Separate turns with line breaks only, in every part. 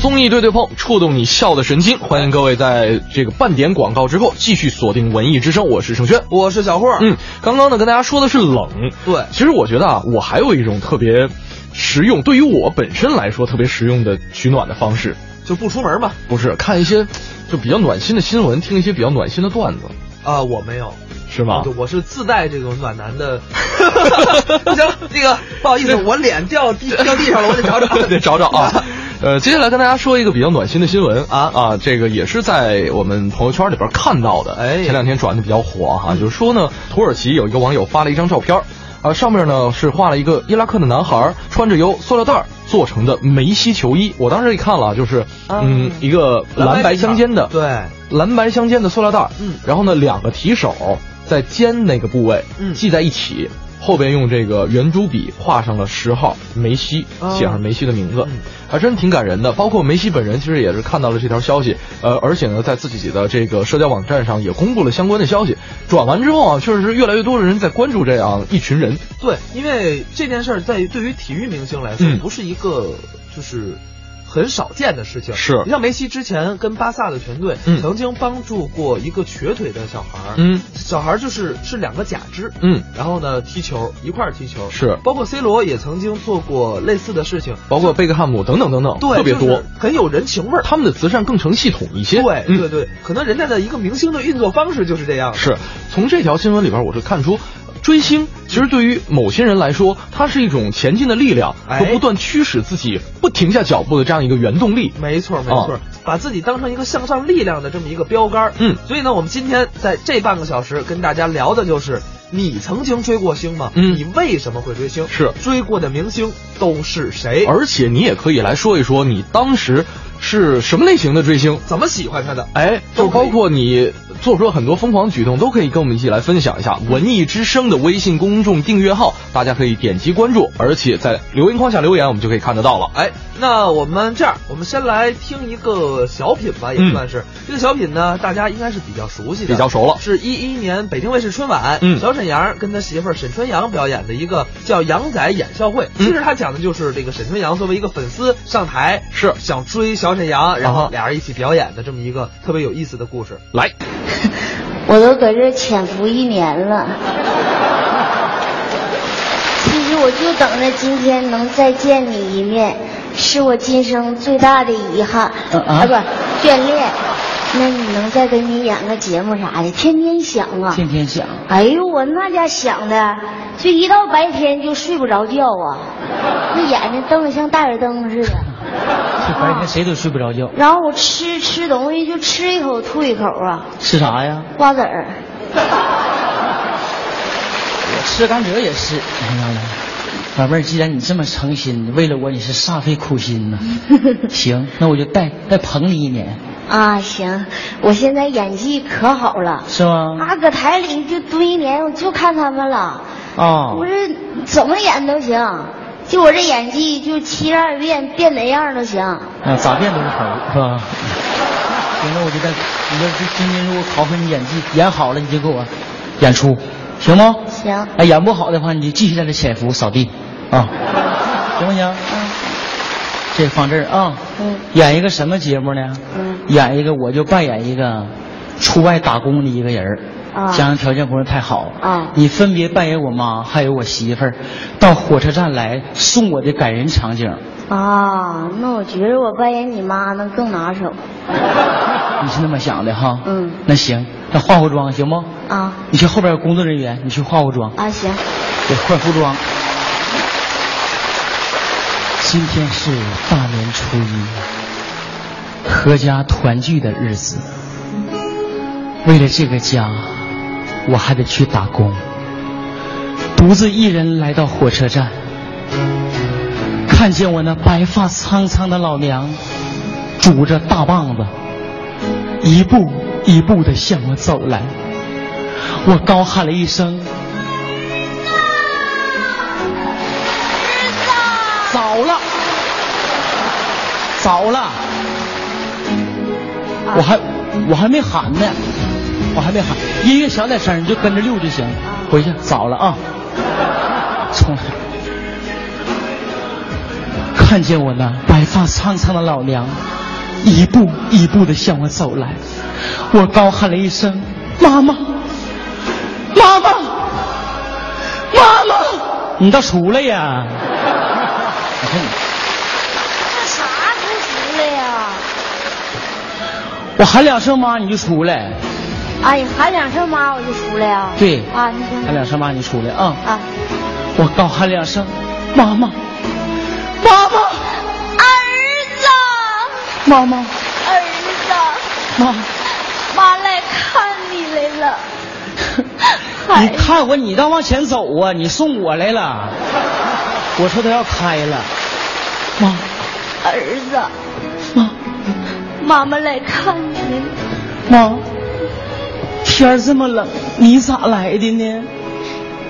综艺对对碰，触动你笑的神经。欢迎各位在这个半点广告之后继续锁定文艺之声，我是盛轩。
我是小霍，
嗯，刚刚呢跟大家说的是冷，
对
其实我觉得啊，我还有一种特别实用，对于我本身来说特别实用的取暖的方式，
就不出门嘛。
不是看一些就比较暖心的新闻，听一些比较暖心的段子，
啊，我没有，啊
是吗
对？我是自带这种暖男 的。不行，那个不好意思，我脸 掉地掉地上了，我得找找。
得找找 啊。呃，接下来跟大家说一个比较暖心的新闻啊啊，这个也是在我们朋友圈里边看到的，
哎
前两天转的比较火哈、就是说呢，土耳其有一个网友发了一张照片儿，啊，上面呢是画了一个伊拉克的男孩穿着由塑料袋儿做成的梅西球衣，我当时一看了，就是
啊
嗯，一个蓝白相间的，
对，
蓝白相间的塑料袋儿，
嗯
然后呢，两个提手在肩那个部位，
嗯
系在一起，后边用这个圆珠笔画上了十号梅西，
哦
写上梅西的名字
嗯，
还真挺感人的。包括梅西本人其实也是看到了这条消息，呃，而且呢，在自己的这个社交网站上也公布了相关的消息。转完之后啊，确实是越来越多的人在关注这样一群人，
对，因为这件事儿在于对于体育明星来说，
嗯
不是一个就是很少见的事情。
是
你像梅西之前跟巴萨的全队
嗯
曾经帮助过一个瘸腿的小孩儿，
嗯
小孩儿就是是两个假肢，
嗯，
然后呢踢球一块儿踢球，
是
包括 C 罗也曾经做过类似的事情，
包括贝克汉姆等等等等，
对，
特别
就
多
是。很有人情味儿。
他们的慈善更成系统一些，
对
嗯
对对，可能人家的一个明星的运作方式就是这样的。
是从这条新闻里边，我就看出，追星其实对于某些人来说，它是一种前进的力量
哎
和不断驱使自己不停下脚步的这样一个原动力。
没错，没错，
啊
把自己当成一个向上力量的这么一个标杆儿。
嗯
所以呢，我们今天在这半个小时跟大家聊的就是，你曾经追过星吗？
嗯
你为什么会追星？
是
追过的明星都是谁？
而且你也可以来说一说你当时是什么类型的追星。
怎么喜欢他的？
哎，就
都
是
可以
包括你做出了很多疯狂的举动，都可以跟我们一起来分享一下。文艺之声的微信公众订阅号，大家可以点击关注，而且在留言框下留言，我们就可以看得到了。
哎，那我们这样，我们先来听一个小品吧，也
嗯
算是、这个小品呢，大家应该是比较熟悉的，
比较熟了
是一一年北京卫视春晚，
嗯
小沈阳跟他媳妇儿沈春阳表演的一个叫《杨仔演笑会》
嗯
其实他讲的就是这个沈春阳作为一个粉丝上台，
是
想追小沈阳，然
啊
后
哈
俩人一起表演的这么一个特别有意思的故事。
来，
我都搁这儿潜伏一年 了。其实我就等着今天能再见你一面，是我今生最大的遗憾。
嗯啊
啊，不，眷恋。那你能再给你演个节目啥的？天天想啊。
天想，
哎呦，我那家想的，就一到白天就睡不着觉 啊，那眼睛瞪得像大眼灯似的。
这白天谁都睡不着觉，
然后我吃吃东西就吃一口吐一口啊，
吃啥呀？
瓜子儿。
我吃甘蔗也是。哎呀妈，老妹儿，既然你这么诚心，为了我你是煞费苦 心呐、行，那我就再再捧你一年，
啊，行，我现在演技可好了，
是吗？
啊，搁台里就蹲一年，我就看他们了，
哦
我，这怎么演都行，就我这演技就七十二变，变哪样都行。
啊，咋变都是头儿，是吧？行，那我就再，你要是今天如果考核你演技演好了，你就给我演出，行吗？
行
哎，演不好的话，你就继续在这潜伏扫地，啊，行不行？这放这儿啊。
嗯
演一个什么节目呢？
嗯
演一个我就扮演一个出外打工的一个人儿。
啊
家庭条件不是太好
啊
你分别扮演我妈还有我媳妇儿，到火车站来送我的感人场景。
啊，那我觉得我扮演你妈能更拿手
你是那么想的哈？
嗯
那行，那化化妆行不？
啊
你去后边有工作人员，你去化化妆，
啊，行，
得换服装。今天是大年初一，合家团聚的日子。为了这个家，我还得去打工，独自一人来到火车站，看见我那白发苍苍的老娘，拄着大棒子，一步一步地向我走来。我高喊了一声：“早了，早了！”
啊
我还我还没喊呢，我还没喊，音乐小点声，你就跟着溜就行。回去早了啊，重来。看见我那白发苍苍的老娘，一步一步的向我走来。我高喊了一声：“妈妈，妈妈，妈妈！”你倒出来呀！你看你。
那啥不出来呀？
我喊两声妈你就出来，
哎呀，喊两声妈我就出来呀。
对
啊，你行。
喊两声妈你出来啊、
啊。
我高喊两声妈妈，妈妈，
儿子，
妈妈，
儿子，
妈，
妈来看你来了。
你看我，你倒往前走啊，你送我来了，我说他要开了，妈，
儿
妈，
子，妈妈来看你来了。
妈，天儿这么冷，你咋来的呢？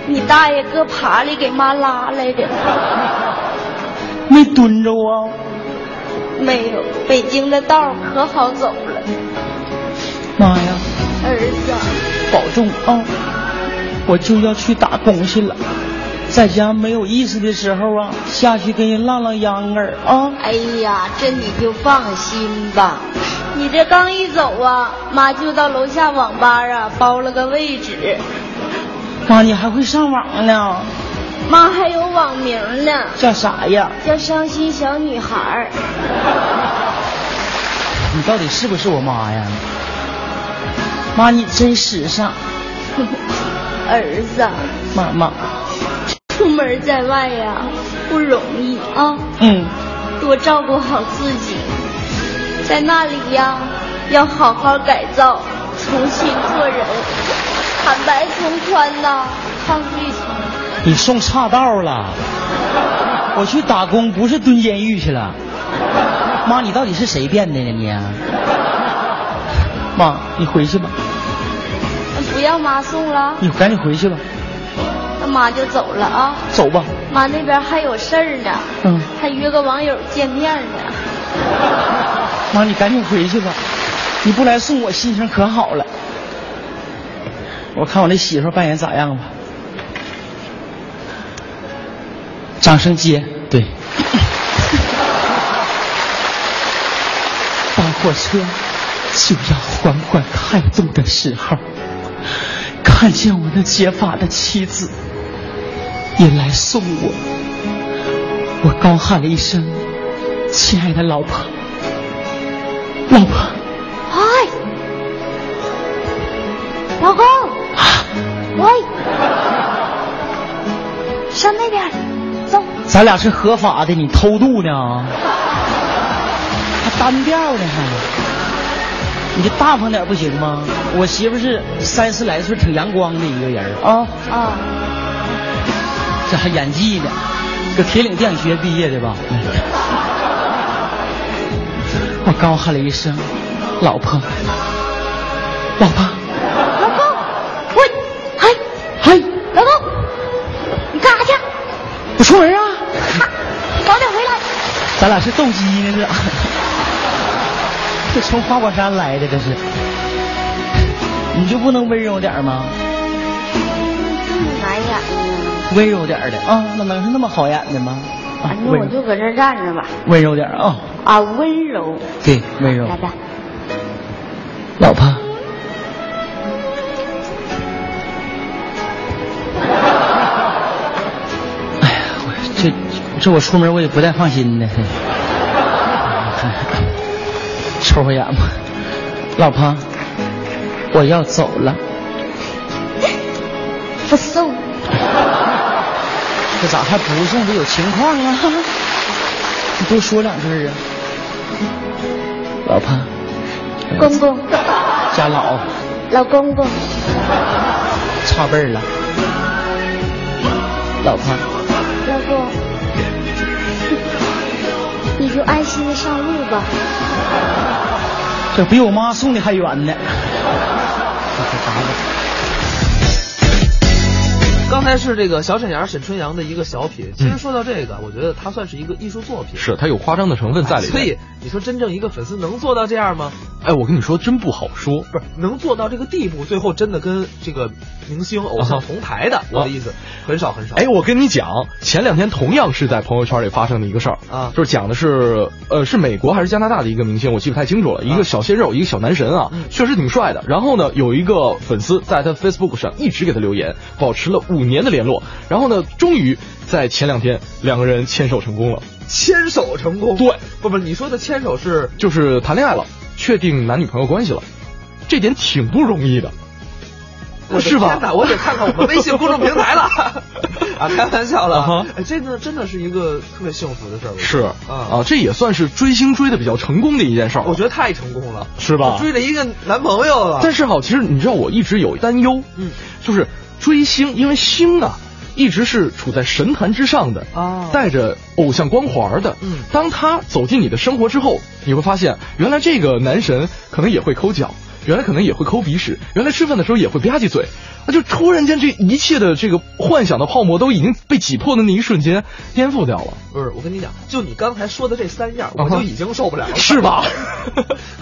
你大爷搁爬里给妈拉来的，
没蹲着啊？
没有，北京的道儿可好走了。
妈呀，
儿子，
保重啊、我就要去打工去了。在家没有意思的时候啊，下去跟人浪浪秧歌儿啊。
哎呀，这你就放心吧。你这刚一走啊，妈就到楼下网吧啊包了个位置，
妈，你还会上网呢？
妈还有网名呢，
叫啥呀？
叫伤心小女孩儿。
你到底是不是我妈呀？妈，你真时尚，
儿子，
妈妈。
出门在外呀、不容易啊。
嗯，
多照顾好自己，在那里呀，要好好改造，重新做人，坦白从宽呐、抗拒从。
你送岔道了。我去打工不是蹲监狱去了。妈，你到底是谁变的呢你？啊妈，你回去吧，
不要妈送了，
你赶紧回去吧，
那妈就走了啊。
走吧。
妈那边还有事儿呢，
嗯，
还约个网友见面呢。
妈，你赶紧回去吧，你不来送我心情可好了。我看我这媳妇儿扮演咋样吧？掌声接， 对。当火车就要缓缓开动的时候，看见我那结发的妻子也来送我，我高喊了一声：“亲爱的老婆，老婆。”
哎，老公，喂，上那边，走。
咱俩是合法的，你偷渡呢？还单调呢还？你就大方点不行吗？我媳妇是三十来岁，挺阳光的一个人儿啊，
啊，
这还演技呢，搁铁岭电影学毕业的吧？我高喊了一声：“老婆，老婆，
老公，喂，哎，
嘿，
老公，你干啥去？
我出门啊！
你早点回来。
咱俩是斗 鸡呢这，这从花果山来的这是，你就不能温柔点儿吗？
哎呀，
温柔点儿的啊，那能是那么好演的吗？啊，
那哎我
温
就搁这儿站着吧。
温柔点儿啊，
啊，温柔，
对，温柔
来。吧。
老婆，哎呀，我这这我出门我也不太放心呢，瞅会眼吧，老婆，我要走了，
不送，
这咋还不送？这有情况啊！你多说两句啊，老婆，
公公，
家老
老公公，
差辈儿了，老婆，
老公，你就安心的上路吧。
这比我妈送
嗯
的还远呢。
刚才是这个小沈阳、沈春阳的一个小品。其实说到这个，我觉得它算是一个艺术作品。
是它有夸张的成分在里面。
所以你说真正一个粉丝能做到这样吗？
啊哎，我跟你说，真不好说。
不是能做到这个地步，最后真的跟这个明星偶像同台的，我的意思很少很少。
哎，我跟你讲，前两天同样是在朋友圈里发生的一个事儿
啊
就是讲的是呃是美国还是加拿大的一个明星，我记不太清楚了，
啊
一个小鲜肉，一个小男神
嗯
啊，确实挺帅的。然后呢，有一个粉丝在他 Facebook 上一直给他留言，保持了五年的联络。然后呢，终于在前两天两个人牵手成功了，
牵手成功，
对，
不不，你说的牵手是
就是谈恋爱了，确定男女朋友关系了，这点挺不容易的。
我的
是吧
天哪我得看看我们微信公众平台 了。啊，开玩笑了
啊哈
哎，这个真的是一个特别幸福的事儿。我觉得
是
啊，
这也算是追星追的比较成功的一件事儿了，
我觉得太成功了，
是吧？
追了一个男朋友了。
但是哈，其实你知道我一直有担忧，
啊嗯，
就是追星，因为星啊。一直是处在神坛之上的
啊
带着偶像光环的。
嗯
当他走进你的生活之后，你会发现，原来这个男神可能也会抠脚，原来可能也会抠鼻屎，原来吃饭的时候也会吧唧嘴。那就突然间，这一切的这个幻想的泡沫都已经被挤破的那一瞬间颠覆掉了，
不是，我跟你讲，就你刚才说的这三样，
啊
我
哈
就已经受不了了，
是吧？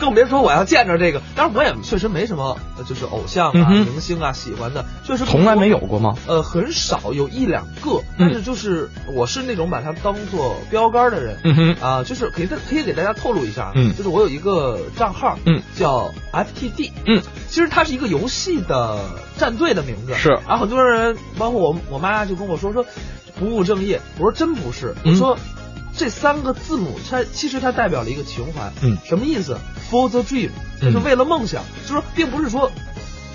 更别说我要见着这个。当然，我也确实没什么，呃就是偶像
嗯
啊、
哼
明星啊喜欢的，确实不多
从来没有过吗？嗯
呃，很少有一两个，但是就是我是那种把它当做标杆的人。
嗯哼
啊，就是可以可以给大家透露一下，啊
嗯
就是我有一个账号，
嗯，
叫 FTD，
嗯，
其实它是一个游戏的战队的名字，
是
然后很多人，包括我我妈就跟我说说不务正业，我说真不是，
嗯
我说这三个字母它其实它代表了一个情怀，
嗯
什么意思？For the dream，
嗯
就是为了梦想，就是说并不是说。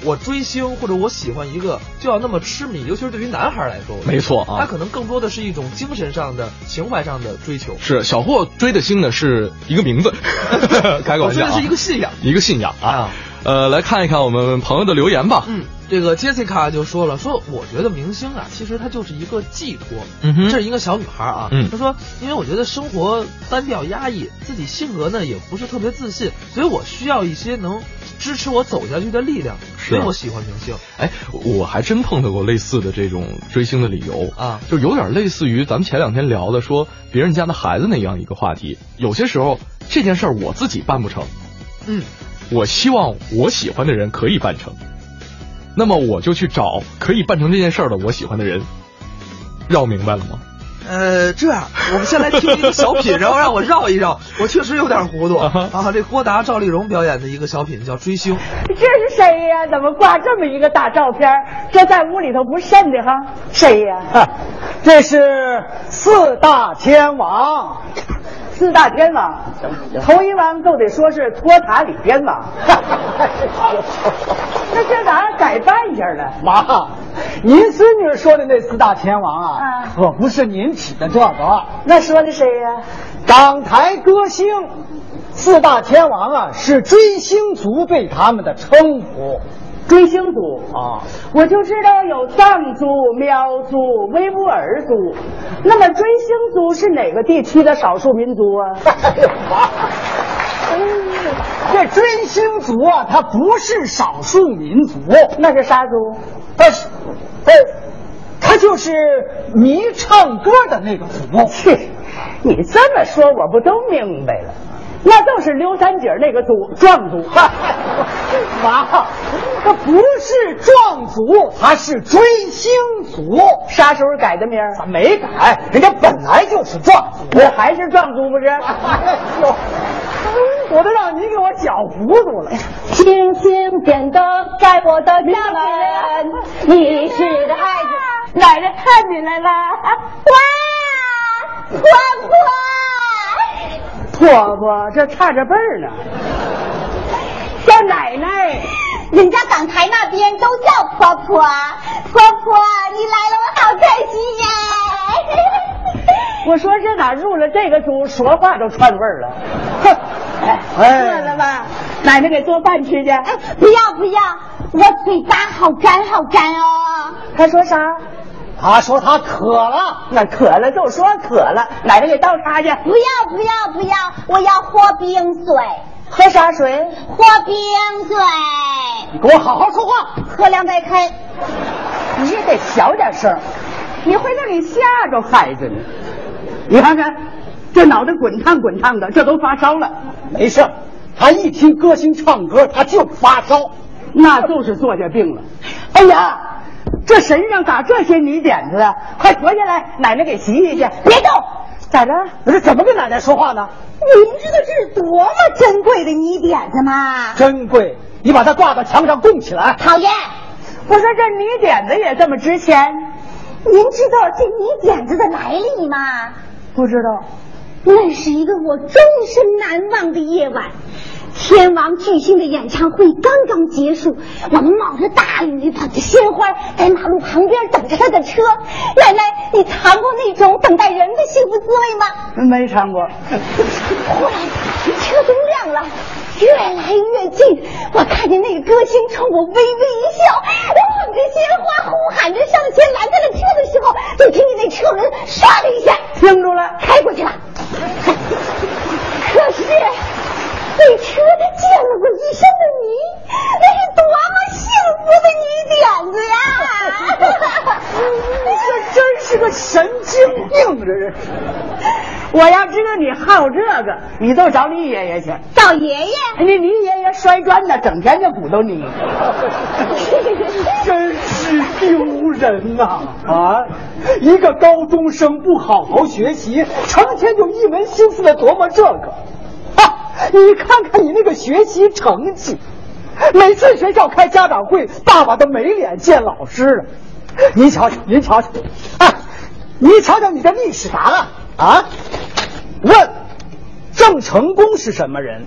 我追星或者我喜欢一个就要那么痴迷，尤其是对于男孩来说，
没错啊
他可能更多的是一种精神上的、情怀上的追求。
是小霍追的星呢是一个名 字，开个
我
玩
追
笑、啊，
的是一个信仰
一个信仰啊。
啊
呃，来看一看我们朋友的留言吧。
嗯，这个 Jessica 就说了，说我觉得明星啊，其实他就是一个寄托。
嗯哼
这是一个小女孩啊，
嗯
她说，因为我觉得生活单调压抑，自己性格呢也不是特别自信，所以我需要一些能支持我走下去的力量，
是
所以我喜欢明星。
哎，我还真碰到过类似的这种追星的理由
啊
就有点类似于咱们前两天聊的说别人家的孩子那样一个话题。有些时候这件事儿我自己办不成，
嗯，
我希望我喜欢的人可以办成，那么我就去找可以办成这件事儿的我喜欢的人。绕明白了吗？
呃，这样，我们先来听一个小品，然后让我绕一 绕，我确实有点糊涂
啊哈
啊。这郭达、赵丽蓉表演的一个小品叫《追星》。
这是谁呀、怎么挂这么一个大照片儿？这在屋里头不瘆得慌？谁呀、这是四大天王。四大天王，头一王都得说是托塔李天王。那这哪儿改半截了？
妈，您孙女说的那四大天王啊，
啊
可不是您起的这个。
那说的谁呀、
港台歌星四大天王啊，是追星族对他们的称呼
追星族
啊。
我就知道有藏族、苗族、维吾尔族。那么追星族是哪个地区的少数民族啊？
哎呦妈！这追星族啊，它不是少数民族，
那是啥族？
它是，它，它就是迷唱歌的那个族。
去，你这么说我不都明白了？那都是刘三姐那个组壮 族。
妈，他不是壮族，他是追星族。
啥时候改的名儿？
他没改，人家本来就是壮族。
我还是壮族不是？
哎呦，我都让你给我搅糊涂
哎
了。
星星点灯在我的家门，你是的爱子，奶奶看你来了，哇，欢欢，
婆婆，这差着辈 儿呢。
叫奶奶。人家港台那边都叫婆婆，婆婆你来了，我好开心呀！
我说这哪入了这个族，说话都串味儿了。哼，哎，
哎
饿了吧？奶奶给做饭吃去。
哎， 不要不要，我嘴巴好干好干哦。
她说啥？
他说他渴了，
那渴了就说渴了，奶奶给倒茶去。
不要不要不要，我要喝冰水，
喝啥水？
喝冰水，
你给我好好说话。
喝凉白开。
你也得小点声儿，
你回头你吓着孩子呢。
你看看，这脑袋滚烫滚烫的，这都发烧了。
没事儿，他一听歌星唱歌，他就发烧。
那就是坐下病了。哎呀，这神上咋这些泥点子啊？快脱下来，奶奶给洗洗去。别动，咋着？
我这怎么跟奶奶说话呢？
您知道这是多么珍贵的泥点子吗？
珍贵，你把它挂到墙上供起来。
讨厌！
不是这泥点子也这么值钱？
您知道这泥点子的来历吗？
不知道。
那是一个我终身难忘的夜晚，天王巨星的演唱会刚刚结束，我们冒着大雨，捧着鲜花，在马路旁边等着他的车。奶奶，你尝过那种等待人的幸福滋味吗？
没尝过。
忽然，车灯亮了，越来越近，我看见那个歌星冲我微微一笑，我捧着鲜花呼喊着上前拦下了车的时候，就听见那车轮唰的一下
停住了，
开过去了。可是那车溅了我一身的泥，那是多么幸福的泥点子 呀！
这真是个神经病，这是。
我要知道你好这个，你都找你爷爷去。
找爷爷，
你你哎爷爷摔砖呢，整天就鼓捣你。
真是丢人呐！啊，一个高中生不好好学习，成天就一门心思的琢磨这个。啊，你看看你那个学习成绩，每次学校开家长会，爸爸都没脸见老师了。您瞧瞧，您瞧瞧，啊，你瞧瞧你的历史答案啊，问郑成功是什么人？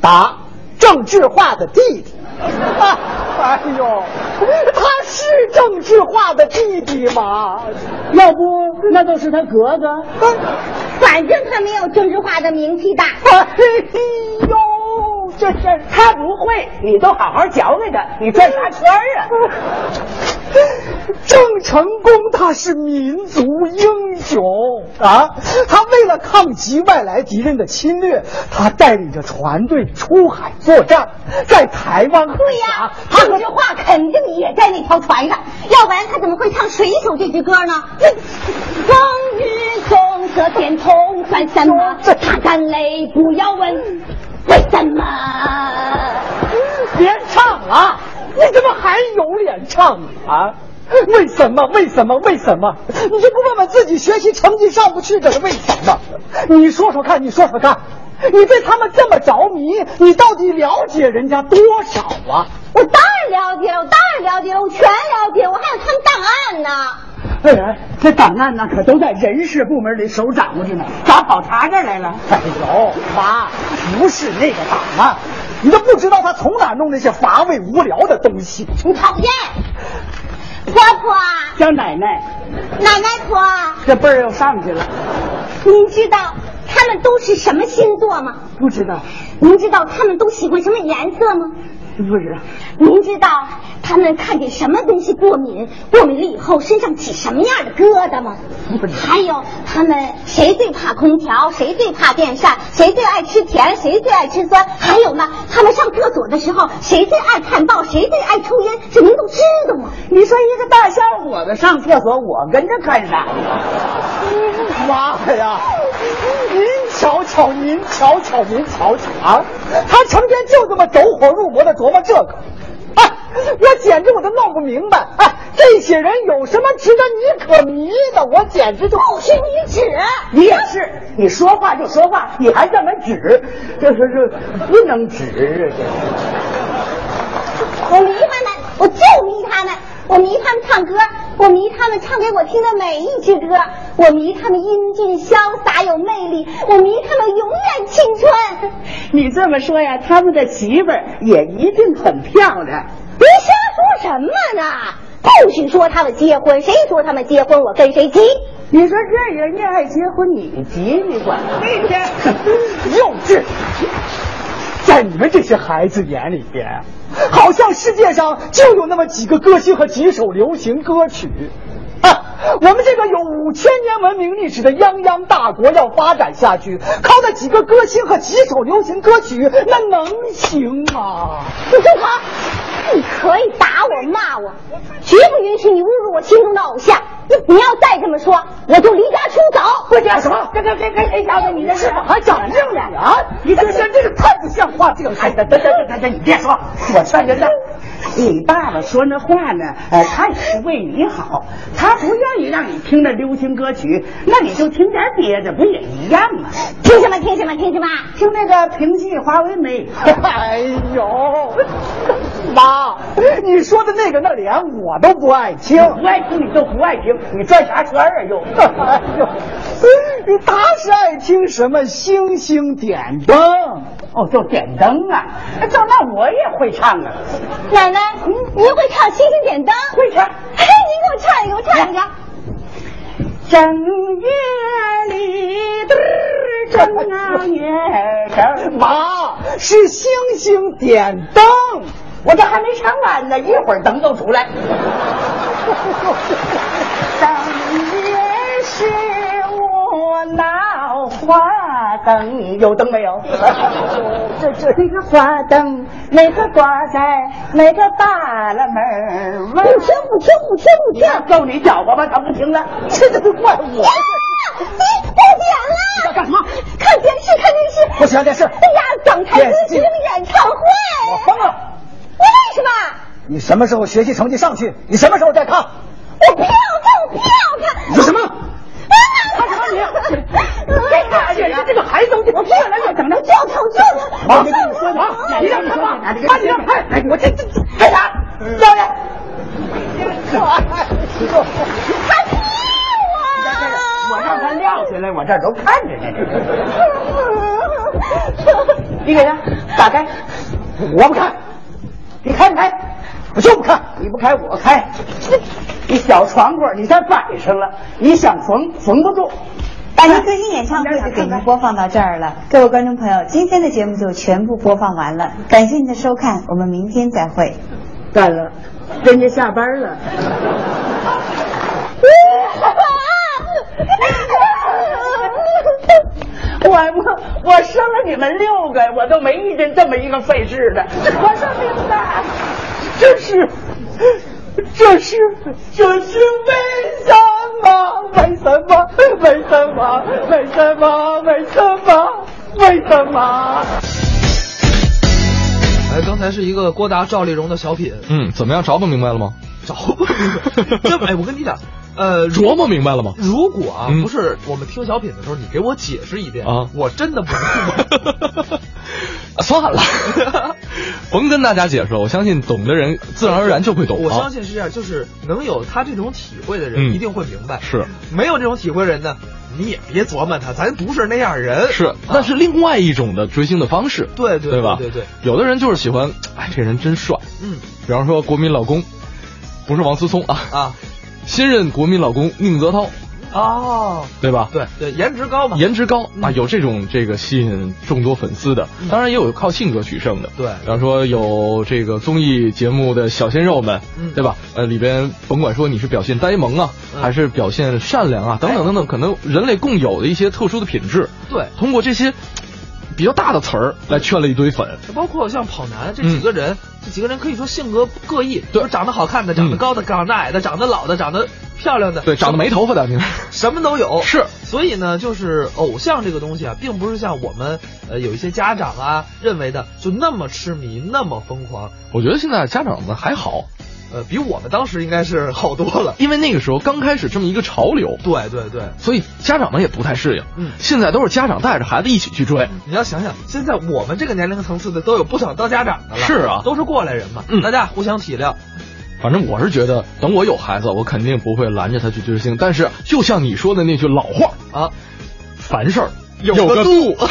答郑智化的弟弟。啊，哎呦，他是郑智化的弟弟吗？
要不那都是他哥哥。
反正他没有郑智化的名气大。
哎呦，这是
他不会，你都好好教给他，你转啥圈儿 啊？
郑成功他是民族英雄啊！他为了抗击外来敌人的侵略，他带领着船队出海作战，在台湾海
对
峡
呀、
他和
郑智化肯定也在那条船上，要不然他怎么会唱《水手》这支歌呢？风雨中这天空算什么？擦干泪，不要问为什么。
别唱了，你怎么还有脸唱啊？为什么？为什么？为什么？你就不问问自己学习成绩上不去，这是为什么？你说说看，你说说看，你对他们这么着迷，你到底了解人家多少啊？
我当然了解了，哦我当然了解了，我全了解，我还有他们档案呢。
哎呀，这档案呢，可都在人事部门里手掌握着呢，咋跑他这儿来了？
哎呦，妈，不是那个档案，你都不知道他从哪弄那些乏味无聊的东西。
你讨厌，婆婆，
叫奶奶，
奶奶婆，
这辈儿又上去了。
您知道他们都是什么星座吗？
不知道，
您知道他们都喜欢什么颜色吗？
不知道，
您知道他们看见什么东西过敏，过敏了以后身上起什么样的疙瘩吗？还有他们谁最怕空调，谁最怕电扇，谁最爱吃甜，谁最爱吃酸？还有呢，他们上厕所的时候谁最爱看报，谁最爱抽烟？这您都知道吗？
你说一个大小伙子上厕所，我跟着干啥呀？
妈呀！您瞧瞧，您瞧瞧，您瞧瞧啊！他成天就这么走火入魔的琢磨这个，哎，我简直我都闹不明白，哎，这些人有什么值得你可迷的？我简直就
不许你指，
你啊也是，你说话就说话，你还这么指，这是这不能指
我迷他们，我就迷他们，我迷他们唱歌，我迷他们唱给我听的每一支歌，我迷他们英俊潇洒有魅力，我迷他们永远青春。
你这么说呀，他们的媳妇儿也一定很漂亮。
您瞎说什么呢？不许说他们结婚，谁说他们结婚，我跟谁急。
你说这人家爱结婚，你急你管那天
幼稚。在你们这些孩子眼里边，好像世界上就有那么几个歌星和几首流行歌曲。啊，我们这个有五千年文明历史的泱泱大国要发展下去，靠那几个歌星和几首流行歌曲，那能行吗？
你住口！你可以打我骂我，绝不允许你侮辱我心中的偶像。你你要再这么说，我就离家出走。
不讲什么，跟跟跟跟谁小子，你这是怎么长这的啊？你这这这个太不像话，这个孩子，等等等等等，你别说，我劝劝他。
你爸爸说那话呢，呃，他也是为你好，他不愿意让你听着流行歌曲，那你就听点别的，不也一样吗？
听什么？听什么？听什么？
听那个平替华为美。
哎呦， 妈，你说的那个那连我都不爱听，
不爱听你就不爱听，你转啥圈啊又？
哎呦，他是爱听什么星星点灯？
哦，就点灯啊，照那我也会唱啊。
奶奶，您会唱《星星点灯》？
会唱。
嘿，您给我唱一个，我唱一个。
正月里嘚正啊月正，
妈是星星点灯，
我这还没唱完呢，一会儿灯就出来。正月十五闹花灯，有灯没有？这这那个花灯，每个挂在每个大了门
不听不听不听不听！
揍你搅和吧，他不听了，这都怪我啊
呀。！你过奖了！
干嘛？
看电视，看电视！
不行电视
哎呀，港台歌星
电视
演唱会！
哦我疯了！
你为什么？
你什么时候学习成绩上去？你什么时候再看？
我不要看，我不要看！
你说什么？
干什么你？干啥
这这个孩子，我越来越整
我
着
就疼就疼！
妈，
我
你
看
跟你
我
说
看
呢啊！你让他妈，妈，你让他，哎，我这这这
干啥？教练，
他踢我！
我让他撂下来，我这儿都看着呢。
你给他打开，我不看，你开不开？我就不看，
你不开，我开。你小床棍儿，你再摆上了，你想缝缝不住。
百年歌星演唱会就给您播放到这儿了，各位观众朋友，今天的节目就全部播放完了，感谢您的收看，我们明天再会。
干了，人家下班了。 我我我生了你们六个，我都没遇见这么一个费事的，我生病大，这是，这是，这是为什么？为什么？为什么？为什么？为什么？为什么？
哎，刚才是一个郭达、赵丽蓉的小品，
嗯，怎么样？着不明白了吗？
着不明白。 这哎，我跟你讲，呃，如
琢磨明白了吗？
如果啊，
嗯
不是我们听小品的时候，你给我解释一遍
啊
我真的不明 白。
算了， 甭跟大家解释了，我相信懂的人自然而然就会懂。
我相
啊
信是这样，就是能有他这种体会的
嗯
人一定会明白，
是
没有这种体会人呢，你也别琢磨他，咱不是那样人。
是，那是另外一种的追星的方式。
啊对对
对吧？
对对对
有的人就是喜欢，哎，这人真帅。
嗯
比方说国民老公，不是王思聪啊，
啊，
新任国民老公宁泽涛，
哦，
对吧？
对对，颜值高嘛，
颜值高
嗯
啊，有这种这个吸引众多粉丝的，当然也有靠性格取胜的。
对
比方说有这个综艺节目的小鲜肉们，
嗯
对吧？呃，里边甭管说你是表现呆萌啊，
嗯哎
还是表现善良啊，等等等等，可能人类共有的一些特殊的品质，
对
通过这些嘖比较大的词儿来圈了一堆 粉。
包括像跑男这几个人，
嗯
这几个人可以说性格各异，就是长得好看的、长得高的、长得矮的、长得老的、长得漂亮的，
对，长得没头发的，你看，
什么都有。
是
所以呢，就是偶像这个东西啊，并不是像我们呃有一些家长啊认为的就那么痴迷、那么疯狂。
我觉得现在家长们还好，
呃，比我们当时应该是好多了。
因为那个时候刚开始这么一个潮流，
对对对，
所以家长们也不太适应。
嗯
现在都是家长带着孩子一起去追。
你要想想，现在我们这个年龄层次的都有不少当家长的了，
是啊
都是过来人嘛，
嗯
大家互相体谅。
反正我是觉得，等我有孩子，我肯定不会拦着他去追星。但是，就像你说的那句老话
啊，
凡事儿
有
个
个度。
度